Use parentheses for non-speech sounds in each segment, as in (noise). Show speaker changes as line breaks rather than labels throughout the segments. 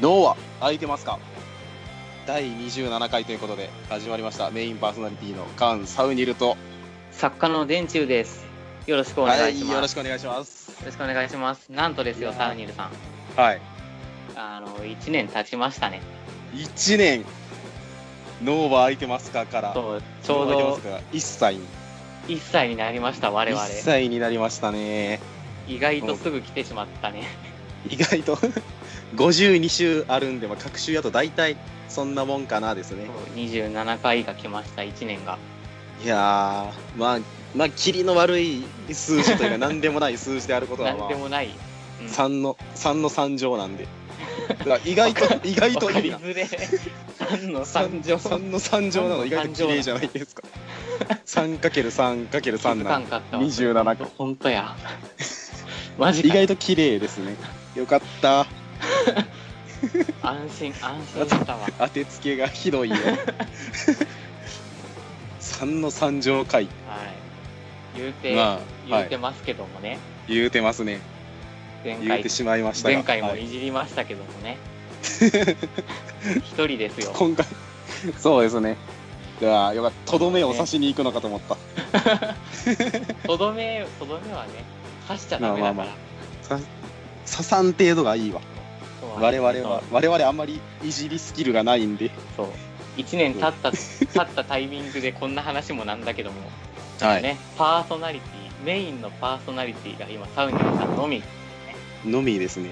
脳は空いてますか第27回ということで始まりましたメインパーソナリティのカン・サウニルと
作家の電柱です。よろしくお願いします。
はい、よろ
よ
しくお願いします
ろしくお願いします。なんとですよ、
いやー
サウニルさん。
はい
あの、1年経ちましたね。
1年脳は空いてますかから
そう、ちょ
脳は
うど
空いてますか1歳に
1歳になりました、我
1
々。
歳になりましたね
意外とすぐ来てしまったね。
意外と (laughs) 52週あるんで、まあ、各週やと大体そんなもんかなですね
そう27回が来ました、1年が。
いやーまあまあ霧の悪い数字というか何でもない数字であることは、ま
なん
あ
で、もない。うん
3の3の3乗なんでだから意外と意外と
わか
いい
り
な
づれ。3の3
3
乗。
の3乗なの意外と綺麗じゃないですか 3×3×3
気づ
な
か
ん
ん
で
かったわ。
27個
本当や。マジ
意
か。
外と綺麗ですねよかった
安心、安心したわ。
当てつけがひど
(laughs)
いよ3の3乗回
はい。言うて、
まあは
言うて
い
ますけどもね。
言うてますね
前
言う
回
てしまいましたが
前回も
はい
いじりましたけども
(laughs)
ね一人ですよ
今回そうですねではよかったとどめを刺しに行くのかと思った
とどめとどめはね刺しちゃダメだから、
まあまさ刺さん程度がいいわ
そう
我々は我々あんまりいじりスキルがないんで
そう1年経った経ったタイミングでこんな話もなんだけども、
は
ねパーソナリティメインのパーソナリティが今サウニーさんのみ
のみですね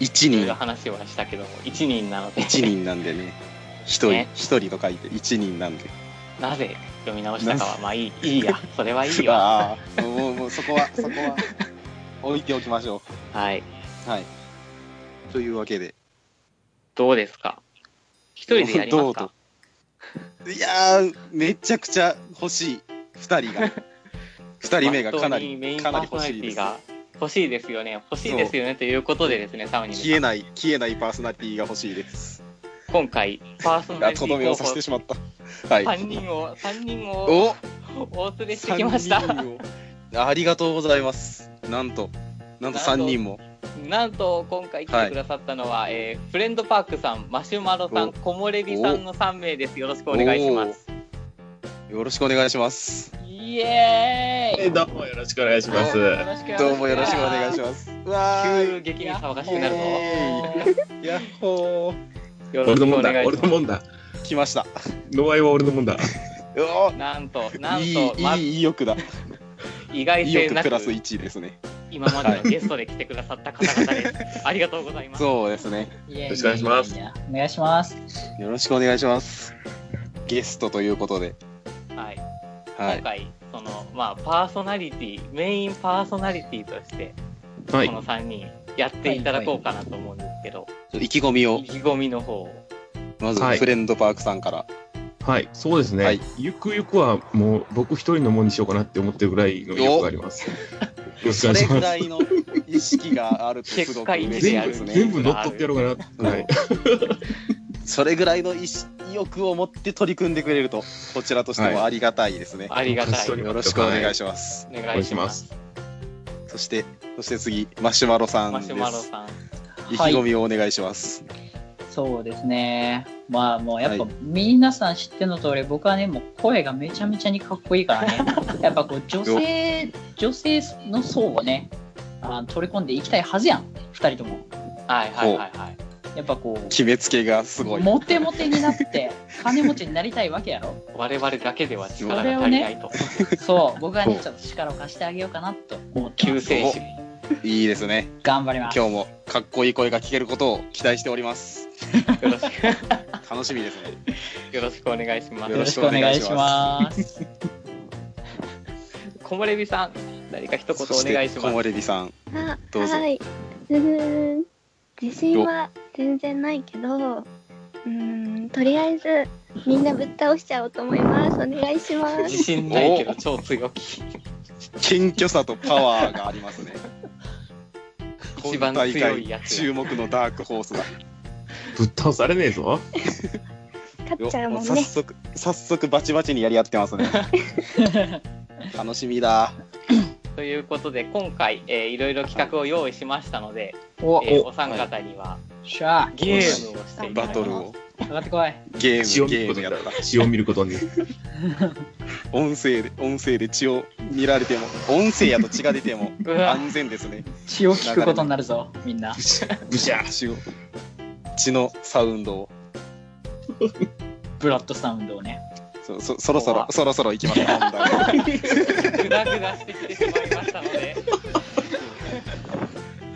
1
という
人
話はしたけども1人なので (laughs)
1人なんでね1人
ね
1人と書いて1人なんで
なぜ読み直した
な
かはまあいいいいやそれはいいわ
(laughs) ああもうもうそこはそこは置いておきましょ
はい、
うはいというわけで
どうですか一人でやりますか
どうぞいやーめちゃくちゃ欲しい2人
(laughs)
が2人目がかな
本当に
り
メイン
か
パ
なり
ーソ
欲
ナ
し
リ
い
テ
で
ィ
す
が欲しいですよね欲しいですよねということでですねサウニー
消
さ
え
ん
ない消えないパーソナリティが欲しいです
今回パーソナ
あ
リテ
とどめ
ィ
を
候
刺し
補
てしまったはい
3人を3人を
お
お連れしてきました
三人をありがとうございますなんとなんと3人も
なんと今回来てくださったのは、えーフレンドパークさんマシュマロさん
お
木漏れ日さんの3名ですよろしくお願いします
よろしくお願いします
イエーイ
どうもよろしくお願いします。
どうもよろしくお願いし
す
ますうわ
急
ー
激に騒がしくなるぞ
いやっほー
よろし
俺
く
のも
お
んだ
願、い
俺
し
の
ま
もんだ。
来ました
ノアイは俺のもんだ。
うお
すなんとなんと
いい
ま
いい意欲だ
意外
意
性
欲
な
プ
く
ラス1ですね
今までのゲストで来てくださった方
(laughs)
々です。ありがとうございます。
そうですね
よ
ろしくお願いします
や。お願いします。
よろしくお願いしますゲストということで
はい、
は
今
い
回そのまあパーソナリティメインパーソナリティとして
は
この3人やっていただこうかなと思うんですけど、
意気込みを
意気込みの方を
まず
はい
フレンドパークさんから
はい、そうですね。
はい
ゆくゆくはもう僕一人のもんにしようかなって思ってるぐらいの意欲があります。よろしく
それぐ
お願いしま
ら
す。
いの意識があるとすごく嬉しい
や
で
る
す
全部
ね
全部乗っ取ってやろうかな。はい、
(laughs) それぐらいの意識意欲を持って取り組んでくれるとこちらとしてもありがたいですね、
ありがたい
は。い
よろしくお願いします、
お
お
願
願
い
い
し
し
ま
ますす。。
そしてそして次マシュマロさ
マ
んです
シュマロさん、
意気込みをお願いします、
そうですね。まあもうやっぱ、
は
皆さん知っての通り僕はねもう声がめちゃめちゃにかっこいいからね。
(laughs)
やっぱこう女性女性の層をねあ取り込んでいきたいはずやん二人とも。
はいはいはいはい。
やっぱこう
決めつけがすごい
モテモテにな
(laughs)
って金持ちになりたいわけやろ。
我々だけでは力が足りないと。
そう僕はね
そう
ちょっと力を貸してあげようかなと思って
救
ます。
世主。
いいですね
頑張ります。
今日もかっこいい声が聞けることを期待しております
よろしく
楽しみですね
よろしくお願いしま
よ
す
よ
ろ
ろ
し
し
く
く
お
お
願
願
い
い
し
し
ま
ます。
木漏れ日さん、何か一言
そ
お
して
願いし
木
ます。
漏れ日さん
あ
どうぞ
はい。うーん。自信は全然ないけど、うーん、とりあえずみんなぶっ倒しちゃおうと思います。お願いしま
(laughs) 自
す。
信ないけど超強気。
謙虚さとパワーがありますね
(laughs) 一番強いやつや
今大会注目のダークホースだ
ぶっ倒されねえぞ。
勝っちゃうもん
早
ね。
速早速バチバチにやり合ってますね楽しみだ
ということで今回、えーいろいろ企画を用意しましたので、
お
えーお三方には、
しゃあ、
ゲームをしていた
バ
だ
ト
き
ル
ます
を
上がってこい。
ゲ
血
ー
を
ム
見
ゲ
るこ
ームや
とに
った
血を見ることに
音声で音声で血を見られても音声やと血が出ても
うわ
安全ですね
血を聞くことになるぞ、みん
(laughs)
な。
ブシャー
血を血のサウンドを
ブラッドサウンドをね。
そそそろそろ
怖
そろそろ行きますか本題
グダグダしてきてしまいましたので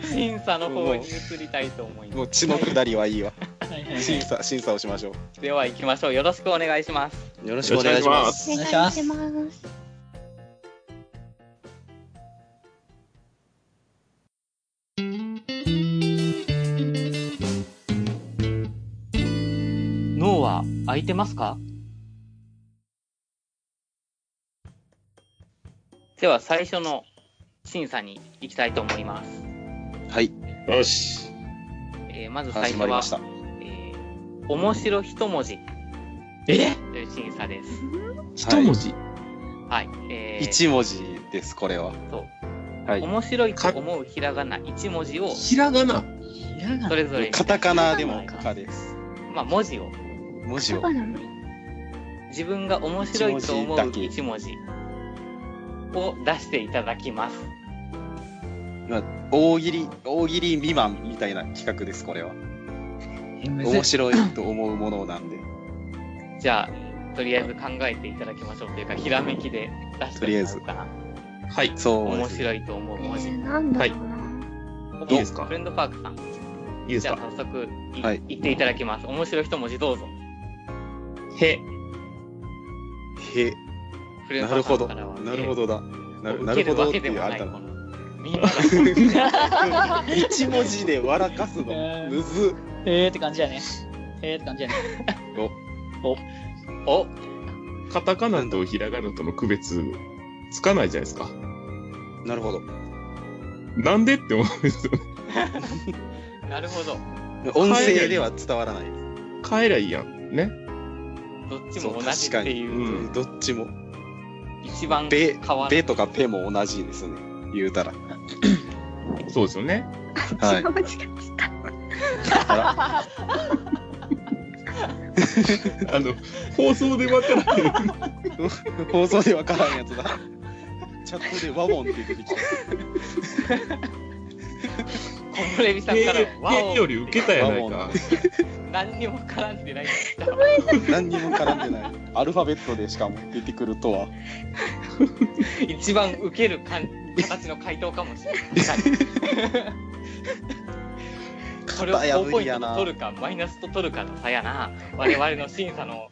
審査の方に移りたいと (laughs) 思い
も
ま
う血の下りはいいわ。
はいはいはい
審査審査をしましょ
すでは行きましょうよろしくお願いします
う。よろ
しくお願いしま
お
す
願いします。
脳は空いてますかでは最初の審査に行きたいと思います、
はい。
よし。
えーまず
始
最初
まり
は
ました。
えー面白一文字
え
という審査です
一文字
はい、えー、
一文字ですこれは。
そう
は。
面白いと思うひらがな一文字を
ひらがな
ひらがな
それぞれに
カタカナでもカです。
まあ、文字を
文字を
そうなの
自分が面白いと思
一
う
文字だけ
1文字を出していただきます
大喜利大喜利未満みたいな企画ですこれは。
えむずい
面白いと思うものなんで
じゃあとりあえず考えていただきましょうというかひらめきで出してもらおうかな
はい。
そうで
面
す。
白いと思う
え
文字、
ー、なんだろうな。
いいですか
フレンドパークさん
いいです
じゃあ
か
早速い、
はい
言っていただきます面白い一文字どうぞ
へ。
へ
フレン
な
ドパ
る
ー
ほ
クさ
ど
んからは
なるほどだ。なる
受
な
け
るほ
る
ど
わ
って
けで
いう
も
あ
な
れだ
い
な。
このみんなが
一文字で笑かすの
えー
むずっ。
えーって感じやね。えーって感じやね。
お
カタカナとひらがなとの区別つかないじゃないですか。
なるほど。
なんでって思うんですよ。
なるほど
音声では伝わらない。
帰りゃいいやん。ね。
どっち
そう
も同じ
確
っ
か
て
に。
いう
う
うんどっちも。
一番
べ
変わ
べ
る
とかぺも同じですね。言うた
(laughs)
ら。
そうですよね。
は
違
いう
文字が来た。
あ
(laughs) あの、放送で分からない。
ら放送でわからんやつだ。チャットでワモンって出てきた。
コンプレビさんからはワオ
へより受けたやない
ワ
か。
何にも絡んでないんですよ
何にも絡んでない。アルファベットでしかも出てくるとは。
一番受けるかん形の回答かも
(laughs)
しれないこれを
型
高
破
ポイ
り
ント
や
と
な。
取るかマイナスと取るかの差やな我々の審査
(laughs)
の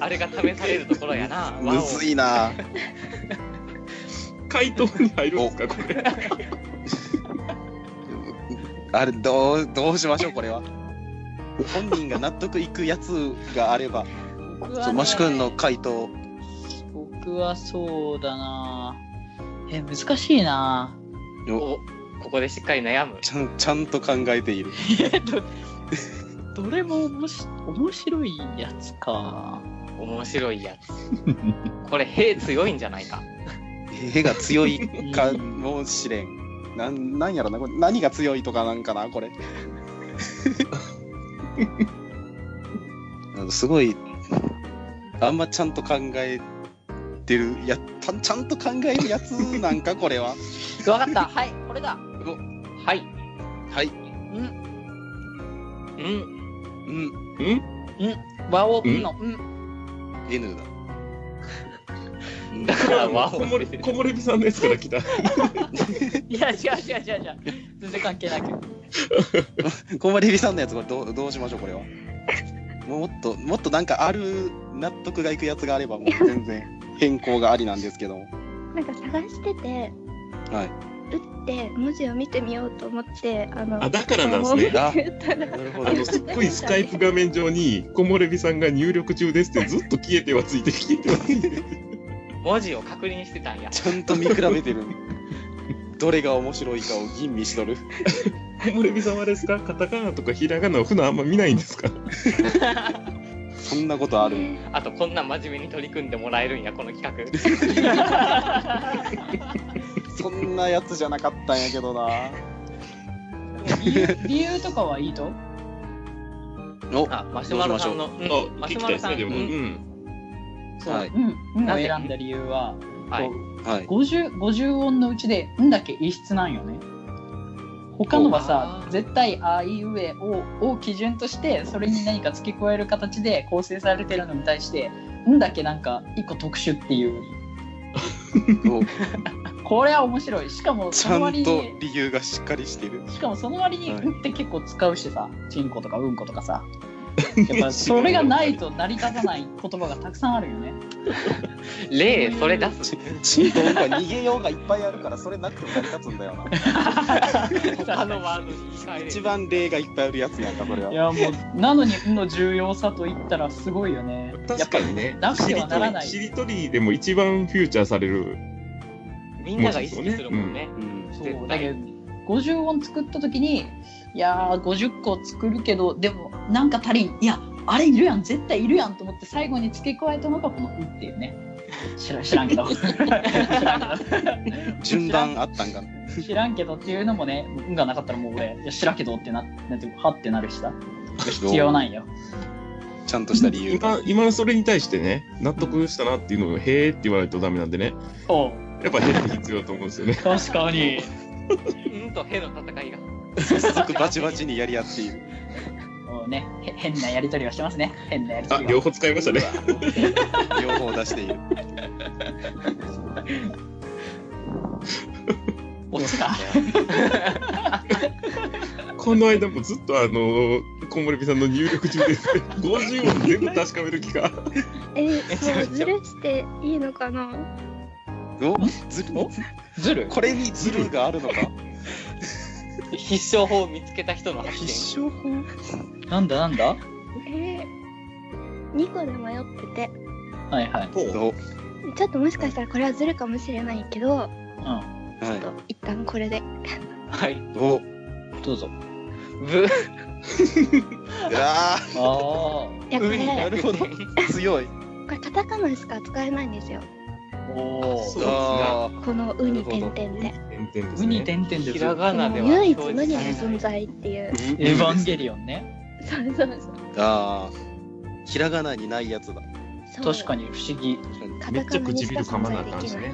あれが試されるところやな
む
わ
ずいな。
回答に入るんですか、これ。
あれどうどうしましょうこれは。本人が納得いくやつがあれば。
僕
(laughs) (laughs) そうマシ君の回答。
僕はそうだなえー、難しいな
お
を
おここでしっかり悩む
ちゃんちゃんと考えている。
どれもおもし面白いやつか。
面白いやつこれ兵強いんじゃないか
へが強いか
うん
もしれん。なんなんやろなこれ何が強いとかなんかなこれ。 (laughs) なんかすごいあんまちゃんと考えてるやたちゃんと考えるやつなんかこれは。
わかった。はい、これだ。
はい
はい。
うん、
うん
うん。
うん
和をの、うん。
N だ。うん
だから
(laughs)
和
こも
音
れ、
です
こもれびさんのやつから来た。
いや、違う違う違う違う。全然関係なく。
こんまりりさんのやつこれどうどうしましょうこれは。もっともっとなんかある納得がいくやつがあればもう全然変更がありなんですけども。
なんか探してて、
はい。
打って文字を見てみようと思って、あの、
あ、だからなんですね。
あ
言った
な
ら
るほ
あの、すっごいスカイプ画面上に、木漏れ日さんが入力中ですってずっと消えてはついて、消えてはついて。
文字を確認してたんや
ちゃんと見比べてる。どれが面白いかを吟味しとる。
木漏れ日さんはあれですかカタカナとかひらがなを普段あんま見ないんですか
そんなことある。
あとこんな真面目に取り組んでもらえるんやこの企画
そんなやつじゃなかったんやけどな。
理由
(laughs)
理由とかはいいと
お
あ、マシュマロさんの、うん
あ
マシ
聞
ュ
き
マロ
たいです
さん、
ね、でも。
う
うんん。
そう、
はい。
うん、うんを
なぜ
選んだ理由は、
はい
こ
はい。
う 50, 50音のうちで「ん」だけ異質なんよね。他のは
お
さ
ー
絶対「あいうえお」を基準としてそれに何か付け加える形で構成されてるのに対して「ん」だけなんか一個特殊っていう
お
これは面白いしかも
ち
そ
ゃ
の割
んと
に
理由がしっかりしてる。
しかもその割に「
はい
ん」って結構使うしさチンコとかうんことか
(laughs)
さやっぱそれがないと成り立たない言葉がたくさんあるよね。
例、それ出す。
チンとうんこは逃げようがいっぱいあるから、それなくても成り立つんだよな。
他のワードに言い換えれる
一番例がいっぱいあるやつやんか、それ
い
は。
やもうなのに「ん」の重要さと言ったらすごいよね。
確かにね。
なくてはならない
しりとりしりとりでも一番フューチャーされる。
みんなが意識するもんね。
うん。
そ
絶
うだけ
対
ど50音作った時にいやー50個作るけどでもなんか足りんいやあれいるやん絶対いるやんと思って最後に付け加えたのがこの「う」っていうね知ら知らんけ (laughs) ど知らんけど
順番あったんかな。
知らん知らんけどっていうのもね「運がなかったらもう俺いや知らんけどってななってはってなるしさ必要ないよ
ちゃんとした理由と。
今、今のそれに対してね、納得したなっていうのを、へーって言わないとダメなんでね。
おう
やっぱへーって必要だと思うんですよね。
確かに
うんとへの戦いが。
早速バチバチにやり合っている。
(laughs) もうねへ変なやりとりはしてますね変なやりと
あ、
りは
両方使いましたね。
両方出している。
落ちた
この間もずっとあの、こんもりびさんの入力 (laughs) 中で、50音全部確かめる気が。
え、
ちゃ
そう、ずるしていいのかな
おずる
おずる
これにズルがあるのか
必勝法を見つけた人の発見。
勝法
なんだなんだ
え2個で迷ってて、
はいはい
ど
ちょっともしかしたらこれはずるかもしれないけど、
う
う
ちょっと一旦これで。 (laughs)
はい。
お
んどうぞ
ぶ、
あ
あ
いや、こ
うにな
れ、
るほど。
ー強い
これカタカナしか使えないんですよ。
あ。おお。
そう
あ
このウニ点々で。
点々です
ウニ
ね。
点々です。
ひら
こ
がな
の
では
唯一
表
無
示
二
さ
の
れない
存在っていう。 (laughs)
ー
エヴァンゲリオンね。
そうそうそう
あーひらがなにないやつだ
そう。
確かに不思議。 (laughs)
カ
め
タ
っちゃ
カナにしか
唇噛
存
まなあ
在
かん
でき
し
な
ね
い。。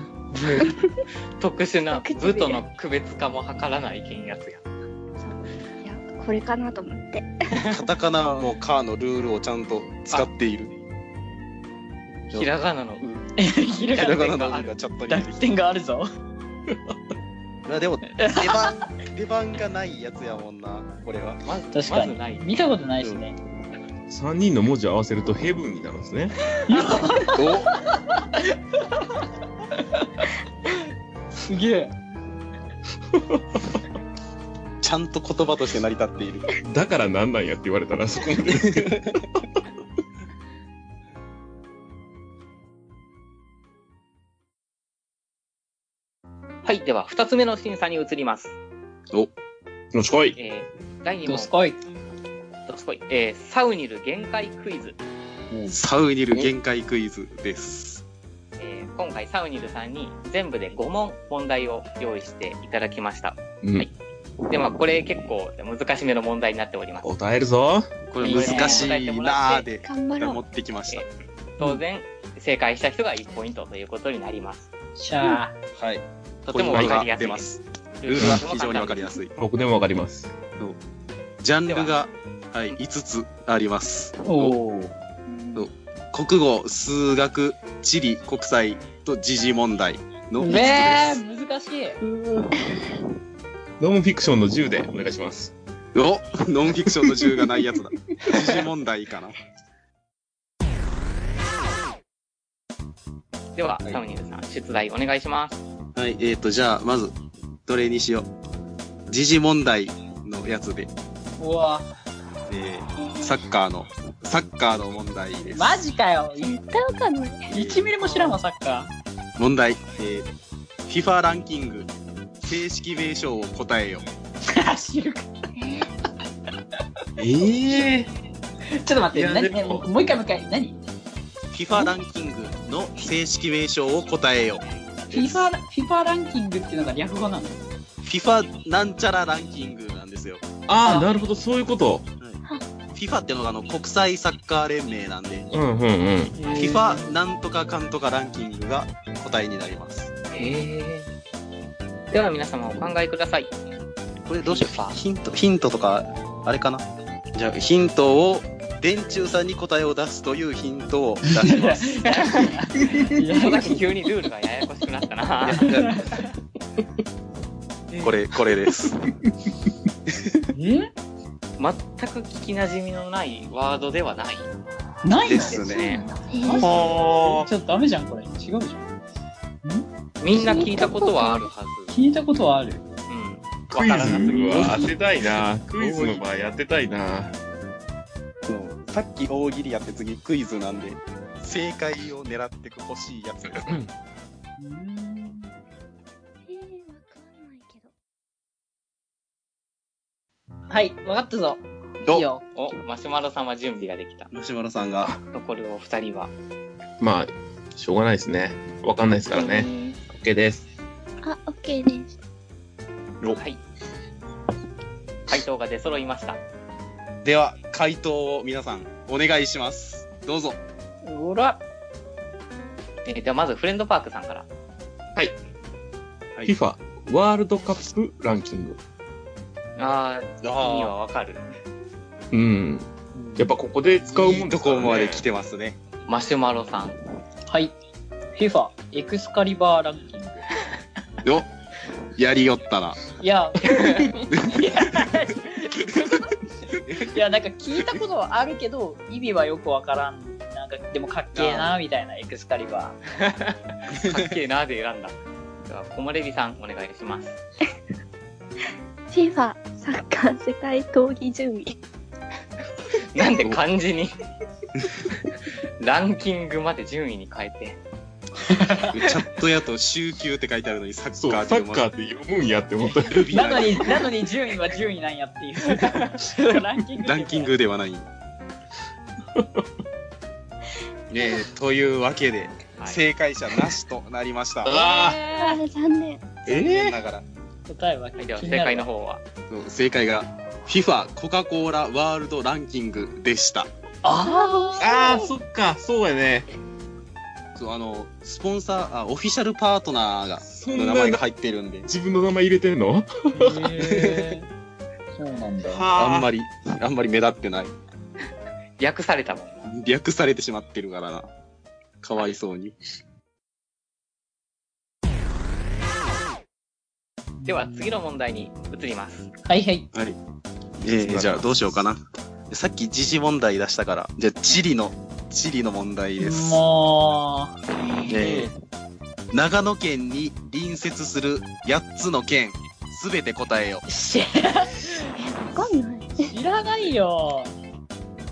(laughs) 特殊な部との区別化も図らないけんやつや。
いや、これかなと思って。
カタカナもカーのルールをちゃんと使っている
ひらがなのう。
ひ
ひらが
らが
な
な。
の海がちょっと似て
濁点があるぞ。
るあでも出番出番がないやつやもんなこれは
まず、ま
確か
ず
に
ない。。
見たことないしね。
3人の文字を合わせるとヘブンになるんですね。
お
すげえ。
ちゃんと言葉として成り立っている
だからなんなんやって言われたら、そこまで。
はい。では、二つ目の審査に移ります。
のしこい。
えー、第2
どす
問。
こい。
どすこい。えー、サウニル限界クイズ。
サウニル限界クイズです
えー今回サウニルさんに全部で5問問題を用意していただきました。
うん。
で、まあこれ結構難しめの問題になっております。
答えるぞ。
これ難しいなーで
頑張ろ
持
う。
ってきました
当然、正解した人が1ポイントということになります。
しゃあ。
はい
とてもわかりやすい
出ま
です。
す
ル
ルールは
とても
非
簡
常
単
にわかりやすい
僕でもわかります。
ジャンルが、はい、5つあります。
おお。
国語、数学、地理、国際と時事問題の5つ
ねえ
で
難しい。
ノンフィクションの10でお願いします。
す。おノンフィクションの10がないやつだ。時事問題かな。
では、
はい
サウニルさん、出題お願いします。
はい、えーと、じゃあ、まず、どれにしよう。時事問題のやつで、
うわ。
えー、サッカーの、サッカーの問題です。
マジかよ。い
絶対わかんない。
一ミリも知らんわサッカ
問題、えー、FIFA ランキング、正式名称を答えよ。
ー。 (laughs) 知るか。
えー
ええ
ちょっと待って。
いや
何
で
何
も
もう一回もう一回。何
FIFA ランキングの正式名称を答えよ。
?FIFA ラ FIFA ランキングっていうのが略語なの。
FIFA なんちゃらランキングなんですよ。
ああ、なるほど、そういうこと。
FIFA っていうのがあの国際サッカー連盟なんで、
うんうんうん。
FIFA なんとかかんとかランキングが答えになります。
へえ。では皆様お考えください。
これどうしよう。ヒント、ヒントとか、あれかなじゃあヒントを、電柱さんに答えを出すというヒントを出します。
そ (laughs) だけ急にルールがややこしくなったな。
(laughs) これ、これです。
全
え
く聞きなじみのないワードではない。
ないの
ですね。
えー
は
ちょっとダメじゃん、これ。違うじゃん。
みんな聞いたことはあるはず。
聞いたことはある。
うん。
クイズ
わからなすぎる
は当てたいな。クイズの場合当てたいな。
もうさっき大喜利やって次クイズなんで、正解を狙ってほしいやつです。
えーわかんないけど。
はい、分かったぞ。
お
いいよ。
お、マシュマロ様準備ができた。
吉村さんが、
残るお二人は。
まあ、しょうがないですね。わかんないですからね。OK です。
あ、オッケーです。
うん。はい。回答が出揃いました。
では、回答を皆さん、お願いします。どうぞ。
うら。えーではまずフレンドパークさんから。
はい
FIFA ワールドカップランキング。
ああ、意味はわかる。
うん。やっぱここで使うも
い
ん
い
で
と
すから
こ
ね。
まで来てますね。
マシュマロさん。
はい。FIFA エクスカリバーランキング。
よやりよったな。
いや、いや、なんか聞いたことはあるけど、意味はよくわからん。なんか、でもかっけえな、みたいな、エクスカリバー。
かっけえなーで選んだ。では、コモレビさん、お願いします。
FIFA サッカー世界闘技順位。
なんで漢字 (laughs) にランキングまで順位に変えて。
チャットやと、週休って書いてあるのに、サ
そ
ッ
う、
カー
サ
って読
ッ
ま
カーって読むんやって思った。
れる
なのに、なのに順位は順位なんやっていう。ランキング。
ランキン。グでは
(laughs)
ない。ねえ、というわけで、
はい
正解者なしとなりました。
(laughs) あ
あー、残念。
残念ながら、
答えは
は
気
い、
に
では、正
な
解
る
の方
わ。
は。
そう正解が、FIFA コカ・コーラワールドランキングでした。
あ
あー、そっか、そうやね。
そう、あの、スポンサー、あオフィシャルパートナーが、
そん
の
な
名前が入ってるんで、
自分の名前入れてんの
あ。へえそうなんだ。
あんま
り。
り、あんまり目立ってない。
略されたもん。
略されてしまってるからな。かわいそうに。
では、次の問題に移ります。
はいはい。
えー、じゃあどうしようかな。さっき時事問題出したから、じゃあ地理の、地理の問題です。
もう。
えー長野県に隣接する8つの県、すべて答えよ
し
わかんない。
知らないよ。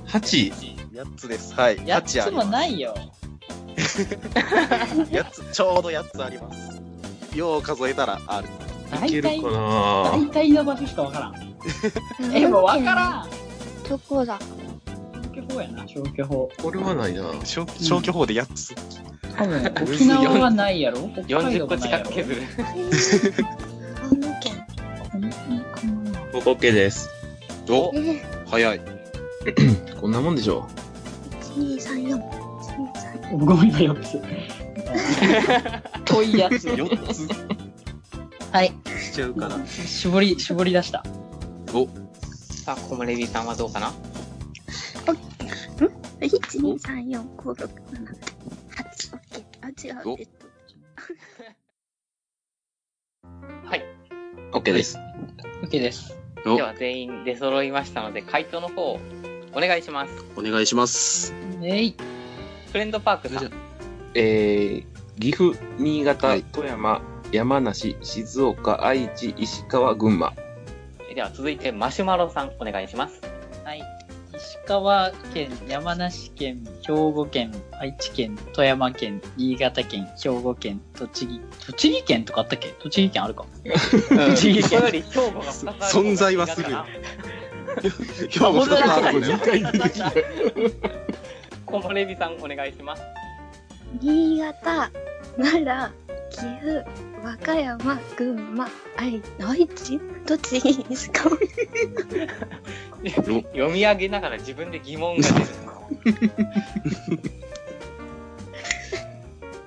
8
う。8つです。はい。
やっ
8あり
つも
ます。
ないよ。
8つ、ちょうど8つあります。よう数えたらある。
大
いける
体
か、な
大体の場所しかわからん。え、
で
もうわからん。
どこだ
消去法やな、消去法。
これはないな。
消消去法で8つ。
多分、沖縄はないやろ北
40
海道
個
がないや
近
ろ
く削る。
(laughs) 長野県。
僕 OK です。
お
え、ー、
早い。
こんなもんでしょ
1234。1 2 3
ごめんな、4つ。 (laughs) 遠いや
(laughs)
つ。
4つ
はい。
しちゃうかな。
絞り、絞り出した。
お、
さあ、コモレビさんはどうかな
1 2 3 4 5 6 7 8オッケー。あ、違う。
お
えっと、
はい。
う。OK です。
OK です。
お
では、全員出揃いましたので、回答の方、お願いします。
お願いします。
えい。
フレンドパークさん。
えー、岐阜、新潟、
はい
富山、山梨、静岡、愛知、石川、群馬。
では、続いて、マシュマロさん、お願いし
(laughs)
ます。
はい。石川県、山梨県、兵庫県、愛知県、富山県、新潟県、兵庫県、栃木、栃木県とかあったっけ栃木県あるか。
(laughs)
栃木
それ
県
よ。り兵庫が2つある方が
存在はする
気がな
今日も一つあるんだよ。
コモレビさん、お願いします。
新潟、奈良、岐阜、和歌山、群馬、愛愛知、栃木、石川。
読み上げながら自分で疑問が出る。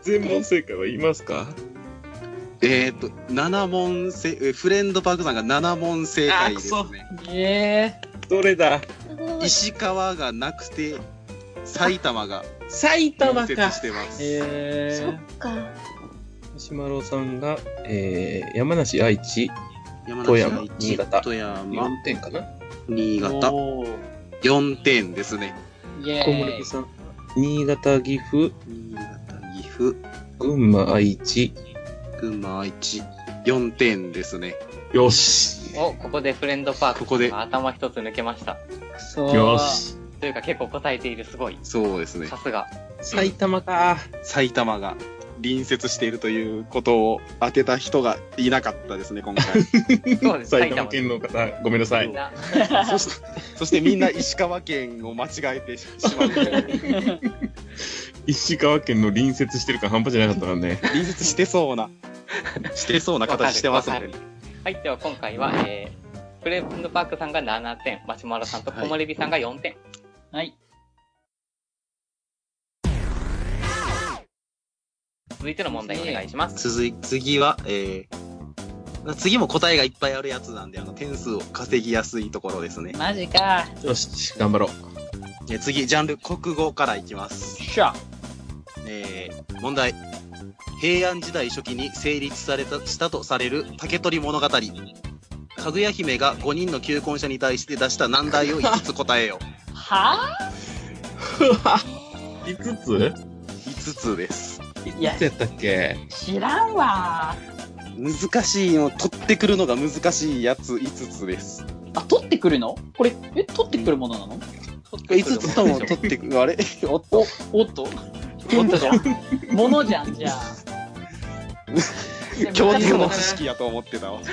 全問正解はいますか
えっ、と、7問正、えフレンドパークさんが7問正解です
あ
ね。
え
どれだ
すごい。
石川がなくて、埼玉が
埼
隣接してます。
え
そ
ー
っか。
マシュマロさんが、えー、山梨、愛知、
山
富
梨
山
愛知
新潟
富山、
4点かな。
新潟、
おー
4点ですね。
イエ
小森
ーイ。
さん、新潟、岐阜、
新潟、岐阜、
群馬、愛知。
群馬、愛知、4点ですね。
よし。
お、ここでフレンドパーク。
ここで
頭一つ抜けました。
くそー
よし。
というか結構答えている、すごい。
そうですね
さ。
(laughs)
すが。
埼玉か。
埼玉が隣接しているということを当てた人がいなかったですね、今回。
(laughs)
そうです、
埼玉県の方、ごめんなさ
埼
い。
玉県。
そして、 (laughs) そしてみんな石川県を間違えてしまう。
石川県の隣接してる感半端じゃなかったからね。
隣接してそうな、してそうな形してます
わ
ん
か
で
る。はい、では今回は、えー、フレンドパークさんが7点、マシュマロさんと木漏れ日さんが4点。
はい。
続いての問題お願いします。
続い、次は、えー、次も答えがいっぱいあるやつなんで、あの、点数を稼ぎやすいところですね。
マジか。
よし、頑張ろう。
えー次、ジャンル、国語からいきます。
しゃ。
えー、問題。平安時代初期に成立された、したとされる竹取物語。かぐや姫が5人の求婚者に対して出した難題を5つ答えよう。
は
5つ
5つです。
ぁいや
い、つやったっけ
知らんわ
難しいの、取ってくるのが難しいやつ5つです。
ー。あ、取ってくるのこれ、え、取ってくるものなの
5つとも取ってくる、あれおっと
おっとおっとじゃん。ものじゃん、じ (laughs) ゃあ。
共通の
(laughs)
知識やと思ってたわ。 (laughs)
で、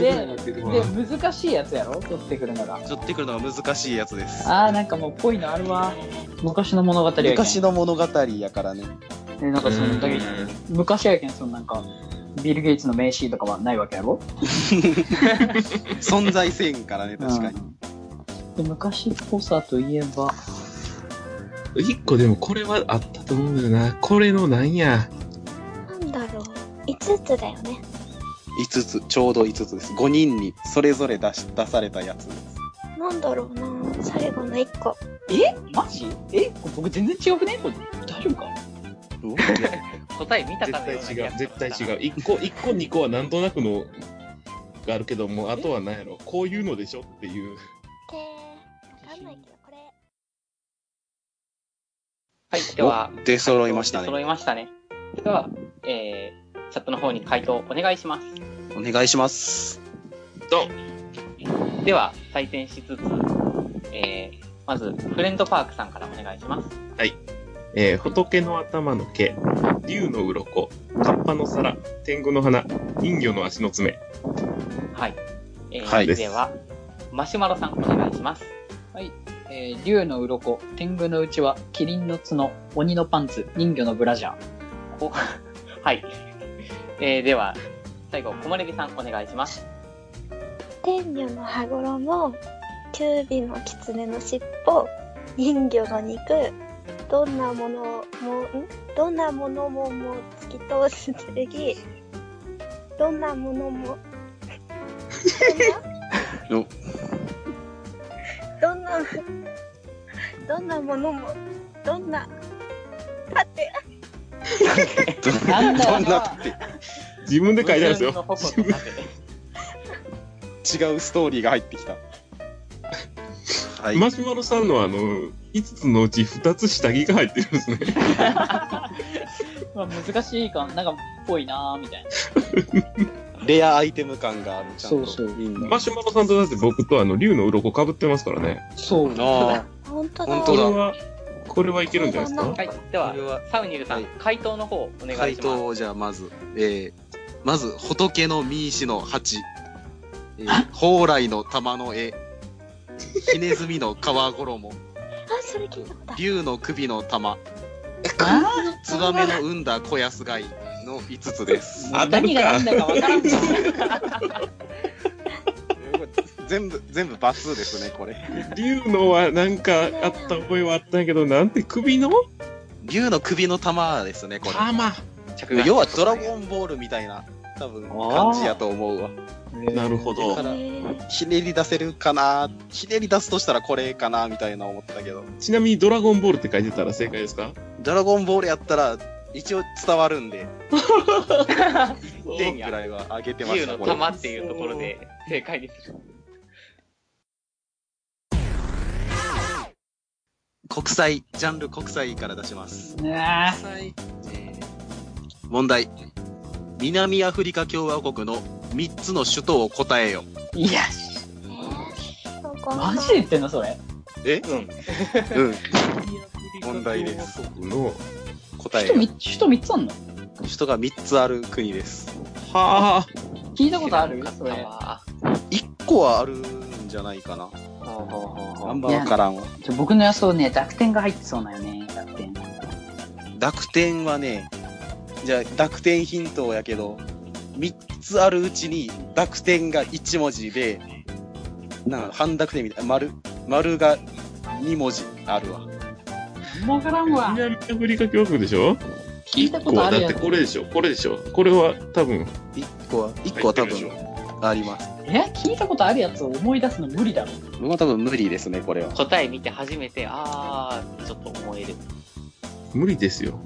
で、難しいやつやろ取ってくるのが。
取ってくるのが難しいやつです。
あー、なんかもう、ぽいのあるわ。昔の物語やけん。
昔の物語やからね。
えなんかその時昔やけん、そのなんか、ビル・ゲイツの名シーンとかはないわけやろ
存在せんからね、確かに。
うんで昔っぽさといえば、
一個でもこれはあったと思うんだよな。これのなんや。
なんだろう。5つだよね。
5つ、ちょうど5つです。5人にそれぞれ出し出されたやつです。
なんだろうな。最後の1個。
えマジえこれ僕全然違くねこれ大丈夫か
答え見た
絶
かの
対
ような気
違
が
う、
する
絶対違う。一個、一個、二個はなんとなくのがあるけども、あとは何やろ。こういうのでしょっていう。
えー、わかんないけど、これ。
はい、では、
お出揃いましたね
揃いましたね。では、えー、チャットの方に回答お願いします。
お願いします。
ドン
では、採点しつつ、えー、まず、フレンドパークさんからお願いします。
えー仏の頭の毛、竜の鱗、カッパの皿、天狗の花、人魚の足の爪。
はい。えー、
はい
では、マシュマロさんお願いします。
えー、竜の鱗、天狗のうちは、キリンの角、鬼のパンツ、人魚のブラジャー。
おはい。えー、では、最後、こまれびさんお願いします。
天女の羽衣、九尾の狐の尻尾、人魚の肉、どんなものも、んどんなものもも突き通す剣、どんなものも、
よ
どんなどんな、どんなものも、どんな、立て、
なんだ
ど
よ
ん
な
なって
自分で書いてあるんです
無数の
よ。
矛と
(laughs)
盾
違うストーリーが入ってきた。はい。
マシュマロさんのあの、5つのうち2つ下着が入ってるんですね。
まあ難しいかな、なんか、ぽいなーみたいな。
レアアイテム感がある、ちゃんと。
そうそう
みんな
マシュマロさんとだって僕とあの、竜の鱗被ってますからね。
そう。
あ
本当
本
だ。
当
これ
だ
は、これはいけるんじゃないです
これ
か
は
はい。で
あ。
は
これ、は、
サウニルさん、
はい
回答の方お願いします。
回答をじゃあまず、えー、まず、仏の三石の鉢、えー、蓬莱の玉の絵、ひねずみの皮衣、
あ、それ聞いたことある。
竜の首の玉、
あ
ツバメの産んだ小安貝。の5つです。
当た
何
るか
が何だかわからんぞ。
全部、全部バツですね、これ。
竜のはなんかあった覚えはあったんやけど、なんて首の
竜の首の玉ですね、これ。
玉
着眼
要はドラゴンボールみたいな、多分感じやと思うわ。
なるほ
だか
ど。
ら
へー
ひねり出せるかなひねり出すとしたらこれかなみたいな思ったけど。
ちなみにドラゴンボールって書いてたら正解ですか
ドラゴンボールやったら、一応伝わるんで、
そう。
点ぐらいは上げてまし
竜
た、
の
これ。
玉っていうところで正解にする。
国際、ジャンル国際から出します。
うわ
国際、えー問題。南アフリカ共和国の3つの首都を答えよ。
(laughs)
ーいや、
わかんない
マジで言ってんのそれ。
え
うん。
うん。問題です
の
答え
人
よ。
み人3つあんの
首都が3つある国です。
はあ、
聞いたことあるそ
知らん
れ。
かっ
1個はあるんじゃないかな。
たわほうほうほうほう
あんまわからんわ。
ちょ僕の予想ね、濁点が入ってそうなんよね、濁点。
濁点はね、じゃあ濁点ヒントやけど、3つあるうちに濁点が1文字で、なんか半濁点みたいな、丸、丸が2文字あるわ。
わからんわ。
南アフリカ共和国でしょ
聞いたことある
一個はだっ
や
て
つ。
これでしょこれでしょこれは多分。
1個は、1個は多
入ってる
分
でしょ
あります。
え聞いたことあるやつを思い出すの無理だろ。
僕は多分無理ですね、これは。
答え見て初めて、あー、ちょっと思える。
無理ですよ。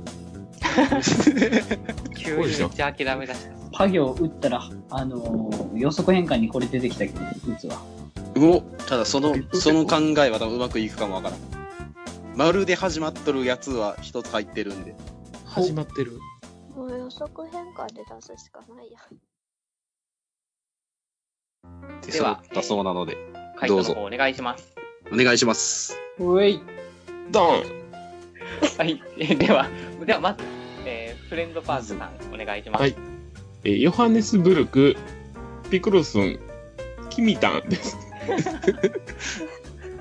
急
ご
に
い
め
でしょ
っちゃ諦めだした。
パ行打ったら、あのー予測変換にこれ出てきたけど、実は。
うお、ただその、その考えは多分うまくいくかもわからん。丸で始まっとるやつは1つ入ってるんで。
始まってる。
もう予測変換で出すしかないや
では
だそうなので、
回
どう
答の
ぞ
方お願いします。
お願いします。
うい。
ドン
はい。 (laughs) では、ではまず、えーフレンドパークさん、お願いします。
はいえーヨハネスブルク、ピクロスン、キミタンです。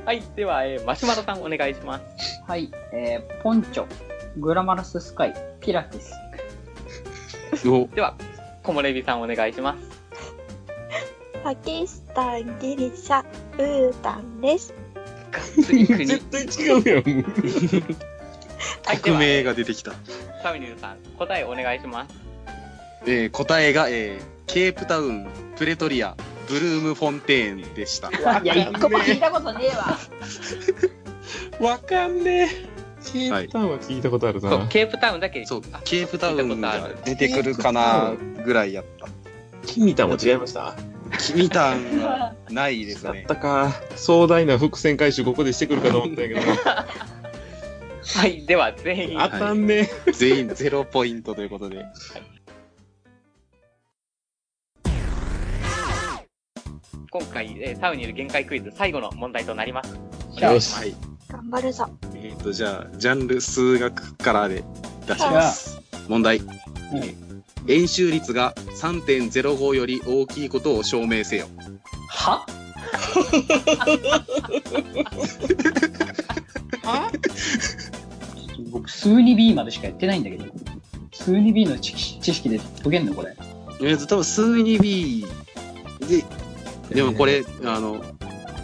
はい、では、えーマシュマロさんお願いします。
はい、えー、ポンチョ、グラマラススカイ、ピラティス。
お、
では、コモレビさんお願いします。
パキスタンギリシャブータンです
がっ (laughs) つり国。
(laughs) 絶対違うやん。
はい、で
匿
は、
名が出てきた。
ファミリーズさん、答えお願いします。
えー答えが、えーケープタウン、プレトリア、ブルームフォンテーンでした。
いや、一個も聞いたことねえ (laughs) わ。
わかんねえ。ケープタウンは聞いたことあるな。
そう、ケープタウンだけ。
そう
あ、
ケープタウ
聞
ン
いたことあ
が
る
出てくるかなぐらいやった。
キミタンは違いました
君タウンはないです
だっ
ね。
たか。壮大な伏線回収ここでしてくるかと思ったん
(laughs)
やけどな。
(laughs) はい、では、全員、
当たんね
全員ゼロポイントということで。
今回、えー、サウにいる限界クイズ、最後の問題となります。
え。よし。
はい。
頑張るぞ
えっ、と、じゃあ、ジャンル数学からで出します。問題。演習率が3.05より大きいことを証明せよ。
は
は
僕、数 2B までしかやってないんだけど。数 2B の知識知識で解けんのこれ。
えっと、多分数 2B で、でもこれ、あの、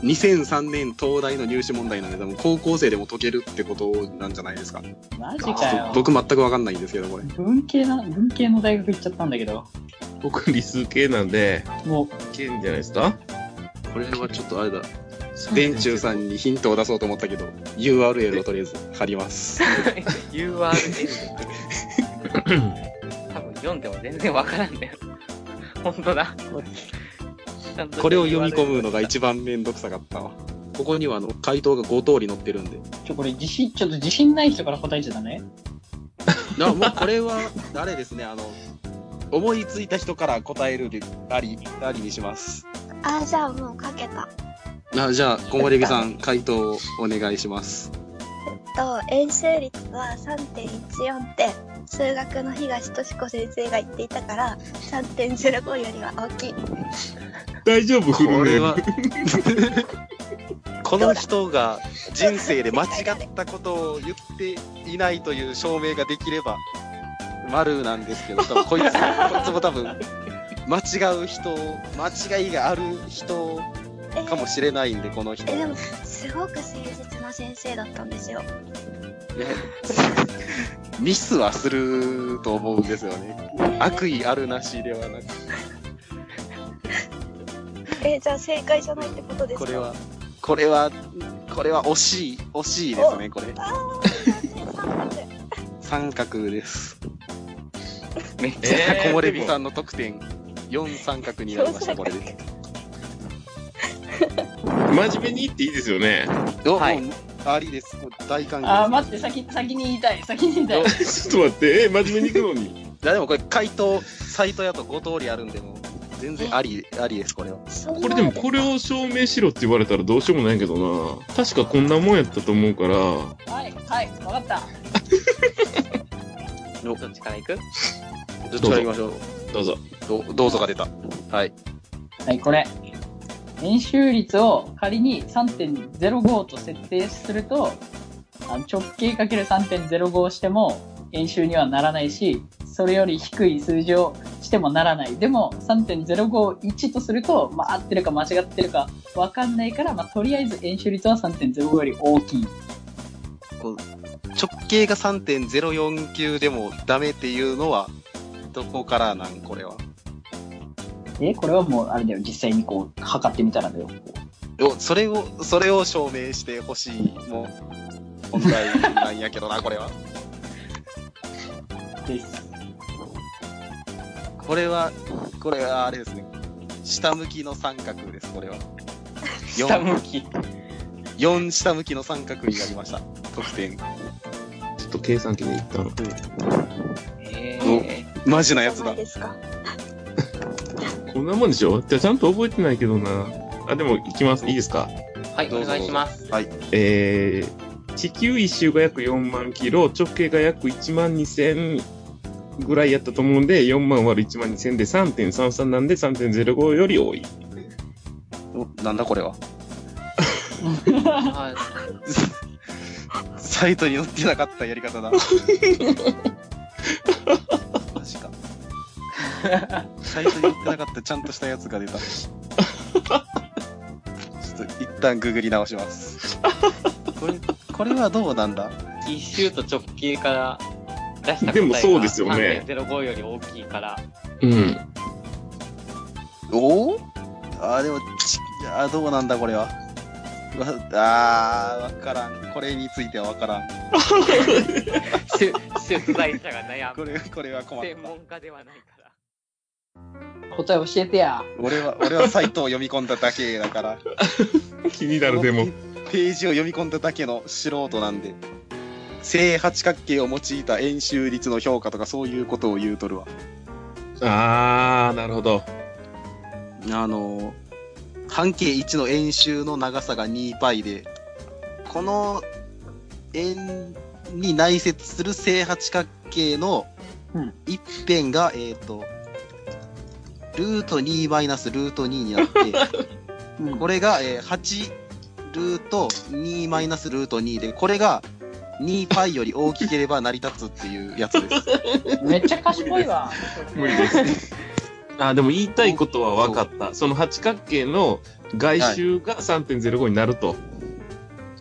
2003年東大の入試問題なんで、多分高校生でも解けるってことなんじゃないですか。ち
マジ
ょっ
かよ
と。僕全くわかんないんですけど、これ。
文系な、文系の大学行っちゃったんだけど。
僕理数系なんで、
も
いけんじゃないですか
これはちょっとあれだ。電柱さんにヒントを出そうと思ったけど、URL をとりあえず貼ります。 (laughs)
URL で多分読んでも全然わからんだよ。本当 (laughs) だ。ちゃんと
これを読み込むのが一番めんどくさかったわ。ここにはあの回答が5通り載ってるんで。
う、ちょ、これ自信、ちょっと自信ない人から答えちゃダメ
なもうこれは、あれですね、あの、思いついた人から答えるであり、ありにします。
あーじゃあもうかけた
あじゃあ、こもれびさん、回答をお願いします。
と円周率は3.14って数学の東俊子先生が言っていたから3.05よりは大きい
大丈夫
こ
フルネ
れ
ーム
は、この人が人生で間違ったことを言っていないという証明ができれば、丸なんですけど、多分こいつ、こいつも多分、間違う人、間違いがある人
え
かもしれないんで、この人。
えでもすごく誠実な先生だったんですよ
ね (laughs) ミスはすると思うんですよね。悪意あるなしではなく、
えじゃあ正解じゃないってことです
こ
か
れは、これは、これは惜しい、惜しいですね、これ。
あー
三角です。
めっちゃ、
えー
木漏れ日さんの得点、4三角になりました、これで。
真面目に言っていいですよね。 (laughs)
お、
はい
もう、ありです。もう大歓
あー
迎
待って先先に言いたい先に言いたい
ちょっと待って、え、真面目に行くのに。
です。いや、でもこれ、回答、サイトやと5通りあるんで、もう、全然あり、ありです、これは。
そんな
これでもこれを証明しろって言われたらどうしようもないけどな。確かこんなもんやったと思うから、
はいはい分かった
どっちから行く
どっちから行きましょう。
どうぞ。
どどうぞが出た。はい。
はい、これ。円周率を仮に3.05と設定すると、あの直径 ×3.05 をしても円周にはならないし、それより低い数字をしてもならない。でも3.05を1とすると、まあ合ってるか間違ってるかわかんないから、まあとりあえず円周率は3.05より大きい。
直径が3.049でもダメっていうのは、どこからなんこれは。
え、これはもうあれだよ、実際にこう測ってみたらだよ。
おそれを、それを証明してほしいも、本題なんやけどな、これは。
です。
これは、これはあれですね。下向きの三角です、これは。
下
4,
向き。
4下向きの三角になりました。得点。
ちょっと計算機に行ったの。
えー
マジなやつ
じゃな
だ
い。ですか
こんなもんでしょじゃあちゃんと覚えてないけどな。あ、でも行きます。いいですか
はい、
どう
お
ぞ
願いします。
はい。
えー、地球一周が約4万キロ、直径が約1万2千ぐらいやったと思うんで、4万割る1万2千で3.33なんで3.05より多い。
おなんだこれは。
はい
サイトに載ってなかったやり方だ。マジか。サイトに載ってなかったちゃんとしたやつが出た。ちょっと一旦ググり直します。これ、これはどうなんだ
一周と直径から出した答えが
でもそうですよね
3.05より大きい (laughs) から、
うん。
おおあー、でも、ちあーどうなんだこれは。わあー、わからん。これについてはわからん。
出題者が悩
こ
む。
れ、これは困った
専。門家ではないから。
答え教えてや。
俺は、俺はサイトを読み込んだだけだから。
気になるでも。
ページを読み込んだだけの素人なんで正八角形を用いた円周率の評価とかそういうことを言うとるわ
あー、なるほど。
あの半径1の円周の長さが 2π でこの円に内接する正八角形の
うん
一辺が、えっ、とルート2マイナスルート2になって
うん
これが、えー8ルート2マイナスルート2で、これが2パイより大きければ成り立つっていうやつ
(laughs)
です。
めっちゃ賢いわ。
無理です。あー、でも言いたいことは分かった。その八角形の外周が3.05になると。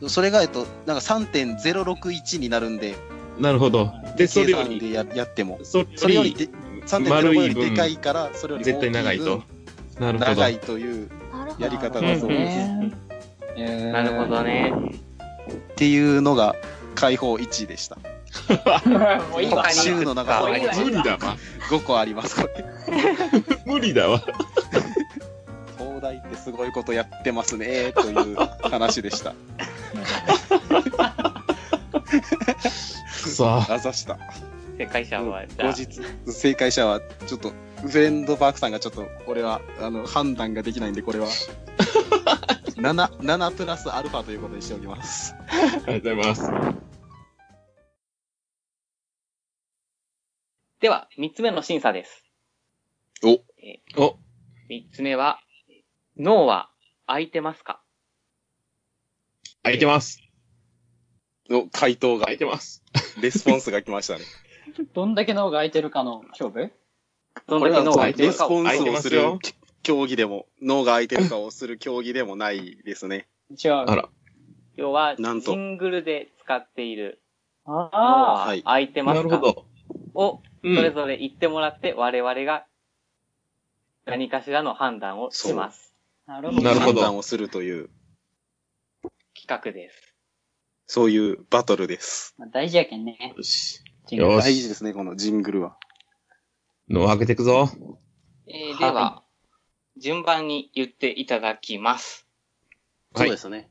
それが、えっと、なんか3.061になるんで、
なるほど。で、そ
計
れよ
算
り、
でややっても。
そ
それより
で
で、3.05よりでかいから、それより
絶対長い
大
と
き。
なる
分
ほど。
長いという、
なるほ
や
ど
り方
がそう
です
なるほど。ね。
っていうのが、解放1でした。
(laughs) もういいわ
他。に
週の中
もういいわ
無理だわ。
5個あります、これ。
(laughs) 無理だわ。
東大ってすごいことやってますね、という話でした。
さあ。
あざした。
正解者は、じゃ
後
あ、
日正解者はちょっとフレンドパークさんがちょっとこれはあの判断ができないんでこれは 7, 7プラスアルファということにしておきます
ありがとうございます。
では、三つ目の審査です。
お
えー
お。
三つ目は、脳は空いてますか
空いてます。
の回答が
空いてます。
レスポンスが来ましたね
どんだけ脳が空いてるかの勝負
どん
こ
だ
れ
け
は
脳が空いて
レ
る
ス
か
ポ
を。
ンスをする
空いてます
競技でも、脳が空いてるかをする競技でもないですね。
違う。
あら。
要は、
なんと
ジングルで使っている脳
あ
は
はい
空いてま
な
す
る
か
ほど。
を、
うん。
それぞれ言ってもらって、我々が何かしらの判断をします。
あ、なるほど。
なるほ
判
ど
断をするという、
企画です。
そういうバトルです。
まあ大事やけんね。
よし。
ジングル
よ
大事
し
で。すね、このジングルは。
脳開けていくぞ。
えーでは
は、
順番に言っていただきます。
はい
すね。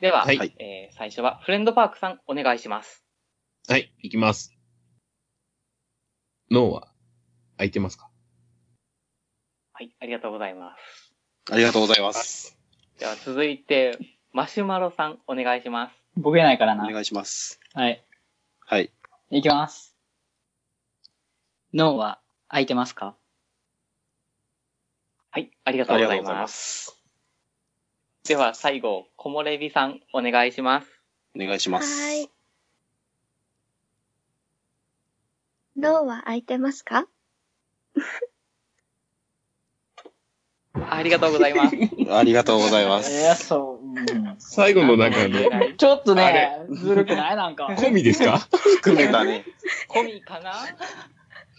では、
はい
はい
えー最初はフレンドパークさんお願いします。
はい、いきます。脳は開いてますか
はい、ありがとうございます。
ありがとうございます。
では続いて、マシュマロさんお願いします。
僕やないから
お
な。
願いします。
はい。
はい。
いきます。脳は空いてますか
はい、ありがと
あ
う
り
ご
が
ざ
とう
い
ござい
ま。
ますす。
では最後、木漏れ日さんお願いします。
お願いします。
はい。脳は空いてますか
ありがとうござい (laughs) ます。
ありがとうございま
い
す。
や、そう。うん
最後の中 (laughs) の、
ちょっと
あ
ね
れ、
ずるくないな
(laughs)
んか。
込みですか
含めたね。
コミかな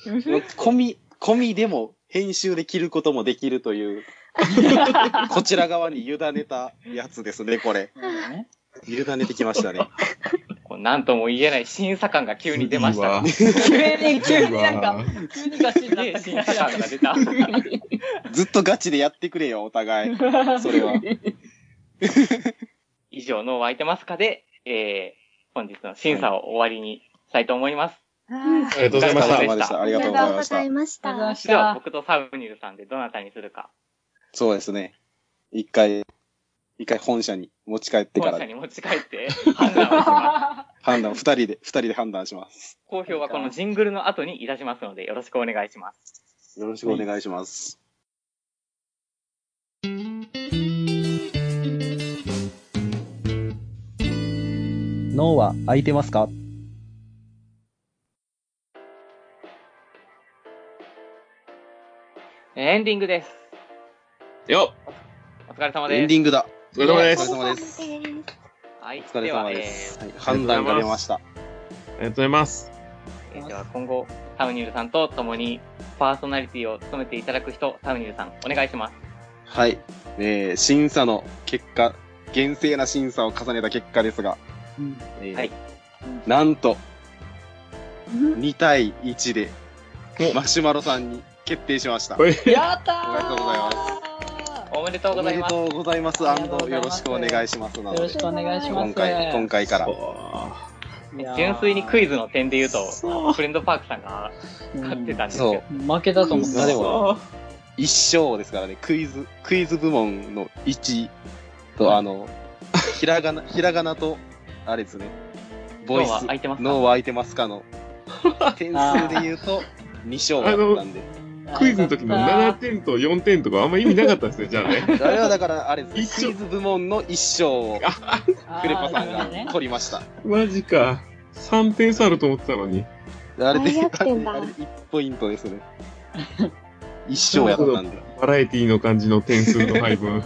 (laughs) 込み、込みでも編集で切ることもできると (laughs) いう、こちら側に委ねたやつですね、これ。
ね
委ねてきましたね。
こうなんとも言えない審査官が急に出ました。
いいわ
急に、急になん
うわ
か、急にガチになっ
で、
た
審査官が出た。
(laughs) ずっとガチでやってくれよ、お互い。それは。
以上、脳湧いてますかで、えー、本日の審査を終わりにしたいと思います。
ありがとうございまし
お疲れ
た。
様でした。ありがとうございました。
ありがとうございまし
ありがとうございま
た
し。
では、
た。
僕とサウニルさんでどなたにするか、
そうですね。一回、一回本社に持ち帰ってか
本社
ら
に持ち帰って判断をします。
判断、二人で、二人で判断します。
好評はこのジングルの後にいたしますので、よろしくお願いします。
よろしくお願いします。
脳は空いてますか
エンディングです。
よ
お疲れ様です。
エンディングだ。
っお疲れ様
お疲
で
れ様
す。
です。
はい、
お疲れ様
で
で
は、
す。はい
あり
判
がと
断
うござ
が
います
出ました。
ありがとうございます。
えーでは今後、サウニルさんと共にパーソナリティを務めていただく人、サウニルさん、お願いします。
はい。えー審査の結果、厳正な審査を重ねた結果ですが、
うん
えー
はい
なんと、
うん
2対1で
お、
マシュマロさんに決定しました。
はい
(laughs) やったー
おめでとうござい
おめでとうご
お
ざ
めで
います。
とうございます。
あ
安
り
藤、よ
がとうござい
ろ
ます
しくお願いします。なの
よろ
で
し、くお願いします。
今回、今回から。
いやー
純粋にクイズの点で言うと、
そ
フレンドパークさんが勝ってたんですけ
そ
ど
う、。
負けたと思っ
まあ
た。
でも、一勝ですからね、クイズ、クイズ部門の1と、あの、 (laughs) ひらがな、ひらがなと、あれですね、ボイス
脳は、空いてますか
脳は空いてますかの、点数で言うと、2勝だったんで。
クイズの時の7点と4点とかあんま意味なかったですね、じゃあね。
あれはだから、あれです
一
ね、
勝
クイズ部門の1勝を、クレポさん
あーなるほどね
が取りました。
(laughs) マジか。3点差あると思ってたのに。
あれで、
大逆
あれ
転だ
1ポイントですね。1勝やったんで。
バラエティの感じの点数の配 (laughs) 分。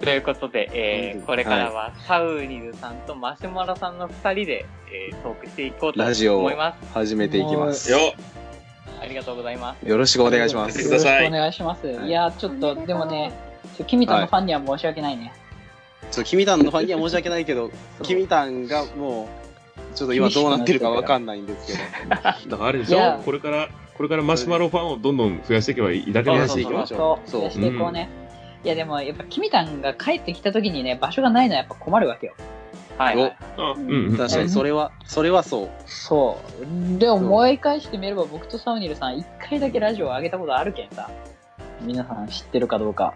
ということで、えー
うん
これからはサウニルさんとマシュマロさんの二人で、えートークしていこうと
ラジオを
思います。
始めていきます。
よ
ありがとうございます。
よろしくお願いしま
やって
す
く。ださい
よろしくお願いします。
はい
いやー、ちょっと、でもね、ちょ君たのファンには申し訳ないね。
ちょ、君たんのファンには申し訳ないけど、君たんがもう、ちょっと今どうなってるかわかんないんですけど、
だからあれでし
いや
ょこれから、これからマシュマロファンをどんどん増やしていけばいいだけの
増や
話
していきまし
そ
ょう。
う
そ
増
う
や。していこうね。いや、でも、やっぱ、君たんが帰ってきた時にね、場所がないのはやっぱ困るわけよ。
(laughs) はい、はい。
あうんうん。
確かに、それは、それはそう。
そう。でも、思い返してみれば、僕とサウニルさん、一回だけラジオを上げたことあるけんさ。皆さん知ってるかどうか、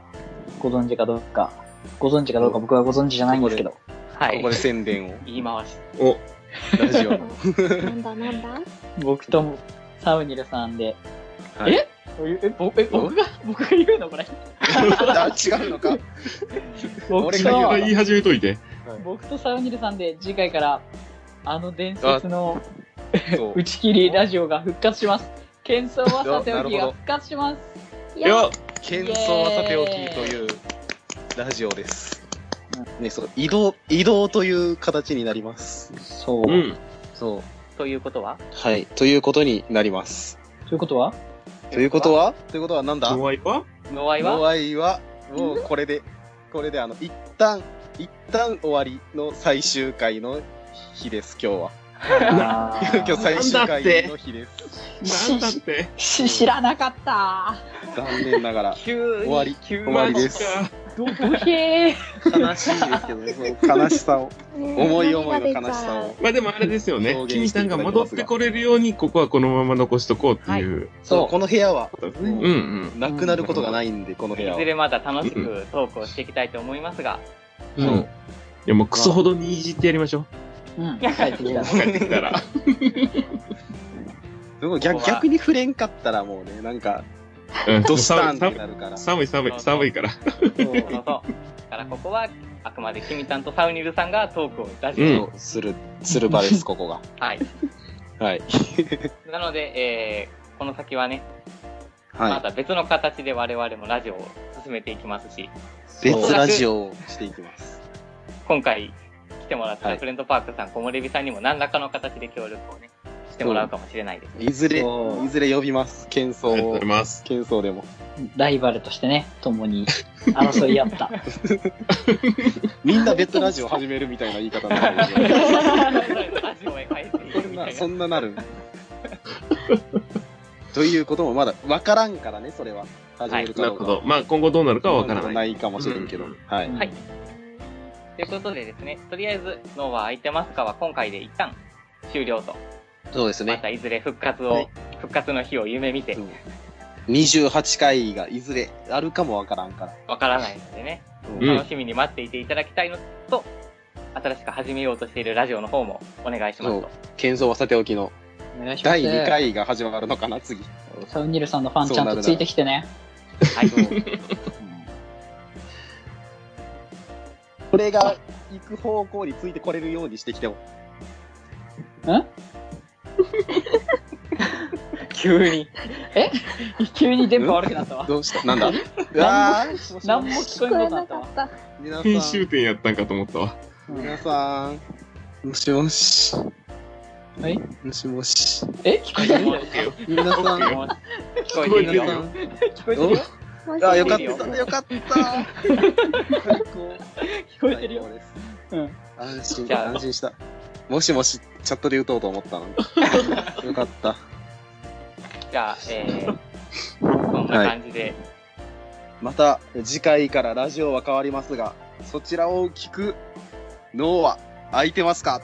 ご存知かどうか、ご存知かどうか、僕はご存知じゃないんですけど。
は
ここで
い。
宣伝を、
言い回し。
お、
ラジ
(laughs)
オの。
なんだなんだ
僕とサウニルさんで。
はい
ええ、ぼえ、僕が、僕が言うのこれ。
あ、違うのか
僕
俺
と
が言うの
言い始めといて。
僕とサウニルさんで次回からあの伝説の
そう
打ち切りラジオが復活します。喧騒はさてお
な
き
るほ
が
ど
復活します。
い
よっ
喧騒はさておきというラジオです。ね、そう、移動、移動という形になります。
そう。
う
と
ん。
そう。
ということ
(laughs)
は
はい。ということになります。
いうことは
ということはということはなんだ
お相は
ノアイ
モ
は
アイは、もうこれで、これであの、一旦、一旦終わりの最終回の日です、今日は。
あ
(laughs)
ー
(laughs) 今日最終回の日です。
なんだって。
し知らなかった。
残念ながら。
急に
終わり
急に
(laughs) 終わりです
どこへ
悲しいですけどね、その悲しさを。思い思いの悲しさを。
まあでもあれですよね。
表
君
現して
さん
いただ
が
いてますが
戻ってこれるように、ここはこのまま残しとこうっていう
そう、この部屋は
こ、とですね。うんうん。
なくなることがないんで、この部
い
屋は
ず。れまた楽しくトークをしていきたいと思いますが、
うん。いやもうクソほどにいじってやりましょ
うん、帰ってきた。
う。帰ってき
(laughs)
たら。
すごい逆
ここは
逆に触れんかったらもうね、なんか、
うん、と
スタンっ
寒
て
い
なるから。
寒い寒い寒いから。
そうそうそう。だからここは、あくまでキミタンとサウニルさんがトークをラジオ、
う
そうする、する場です、ここが。
はい。
はい。
なので、えーこの先はね、ま
は
た別の形で我々もラジオを進めていきますし、
い。別ラジオをしていきます。
今回来てもらっ
は
た
い
フレンドパークさん、木漏れ日さんにも何らかの形で協力をね、してもらうかもしれない (laughs) です。
いずれ、
そう
いずれ呼びます。喧
あり
騒
がとうござい
を。
ます。
喧騒でも。
ライバルとしてね、共に争い合った。
みんな別ラジオ始めるみたいな言い方になる
ラジオへ帰ってい
そ
く
ん
みた
な、
い
そ
な。
んななる。 (laughs) ということもまだ分からんからね、それは。始めるか
な
ど
る
うか
ほ
は。
ど。まあ今後どうなるかはわから
な
ない。
いかもしれんけど
うん。
はい。
はいということでですね、とりあえず、ノーは空いてますかは今回で一旦終了と。
そうです
ま。たいずれ復活を、
はい
復活の日を夢見て
う、ん28回がいずれあるかもわからんから。
わからないのでね、
うん
うん
楽しみに待っていていただきたいのと、新しく始めようとしているラジオの方もお願いしますと。
喧騒はさておきの
お願いしま
第
す。
2。回が始まるのかな、次。
サウニルさんのファンちゃんとついてきてね。
はい。
これが行く方向についてこれるようにしてきても。
うん
急に。
急に電波悪くなったわ。
(laughs) どうしたなんだうわー
何も聞こえなくなったわ。
皆
編
さ
集
ん、
点やったんかと思ったわ。
皆さん、もしもし。
はい
もしもし。
え聞こえてる
(laughs)
皆さん、
もう聞こえてい
皆
る
さん。
よ。
聞こえてるよ
おあ、よかっ
よ
た、よかった。最高。
聞こえてるよ。
最高です
うん。
安心
じゃあ
安心した。もしもし、チャットで打とうと思った (laughs) のに。よかった。
じゃあ、えー、 (laughs) こんな感じで、
また、次回からラジオは変わりますが、そちらを聞く脳は空いてますか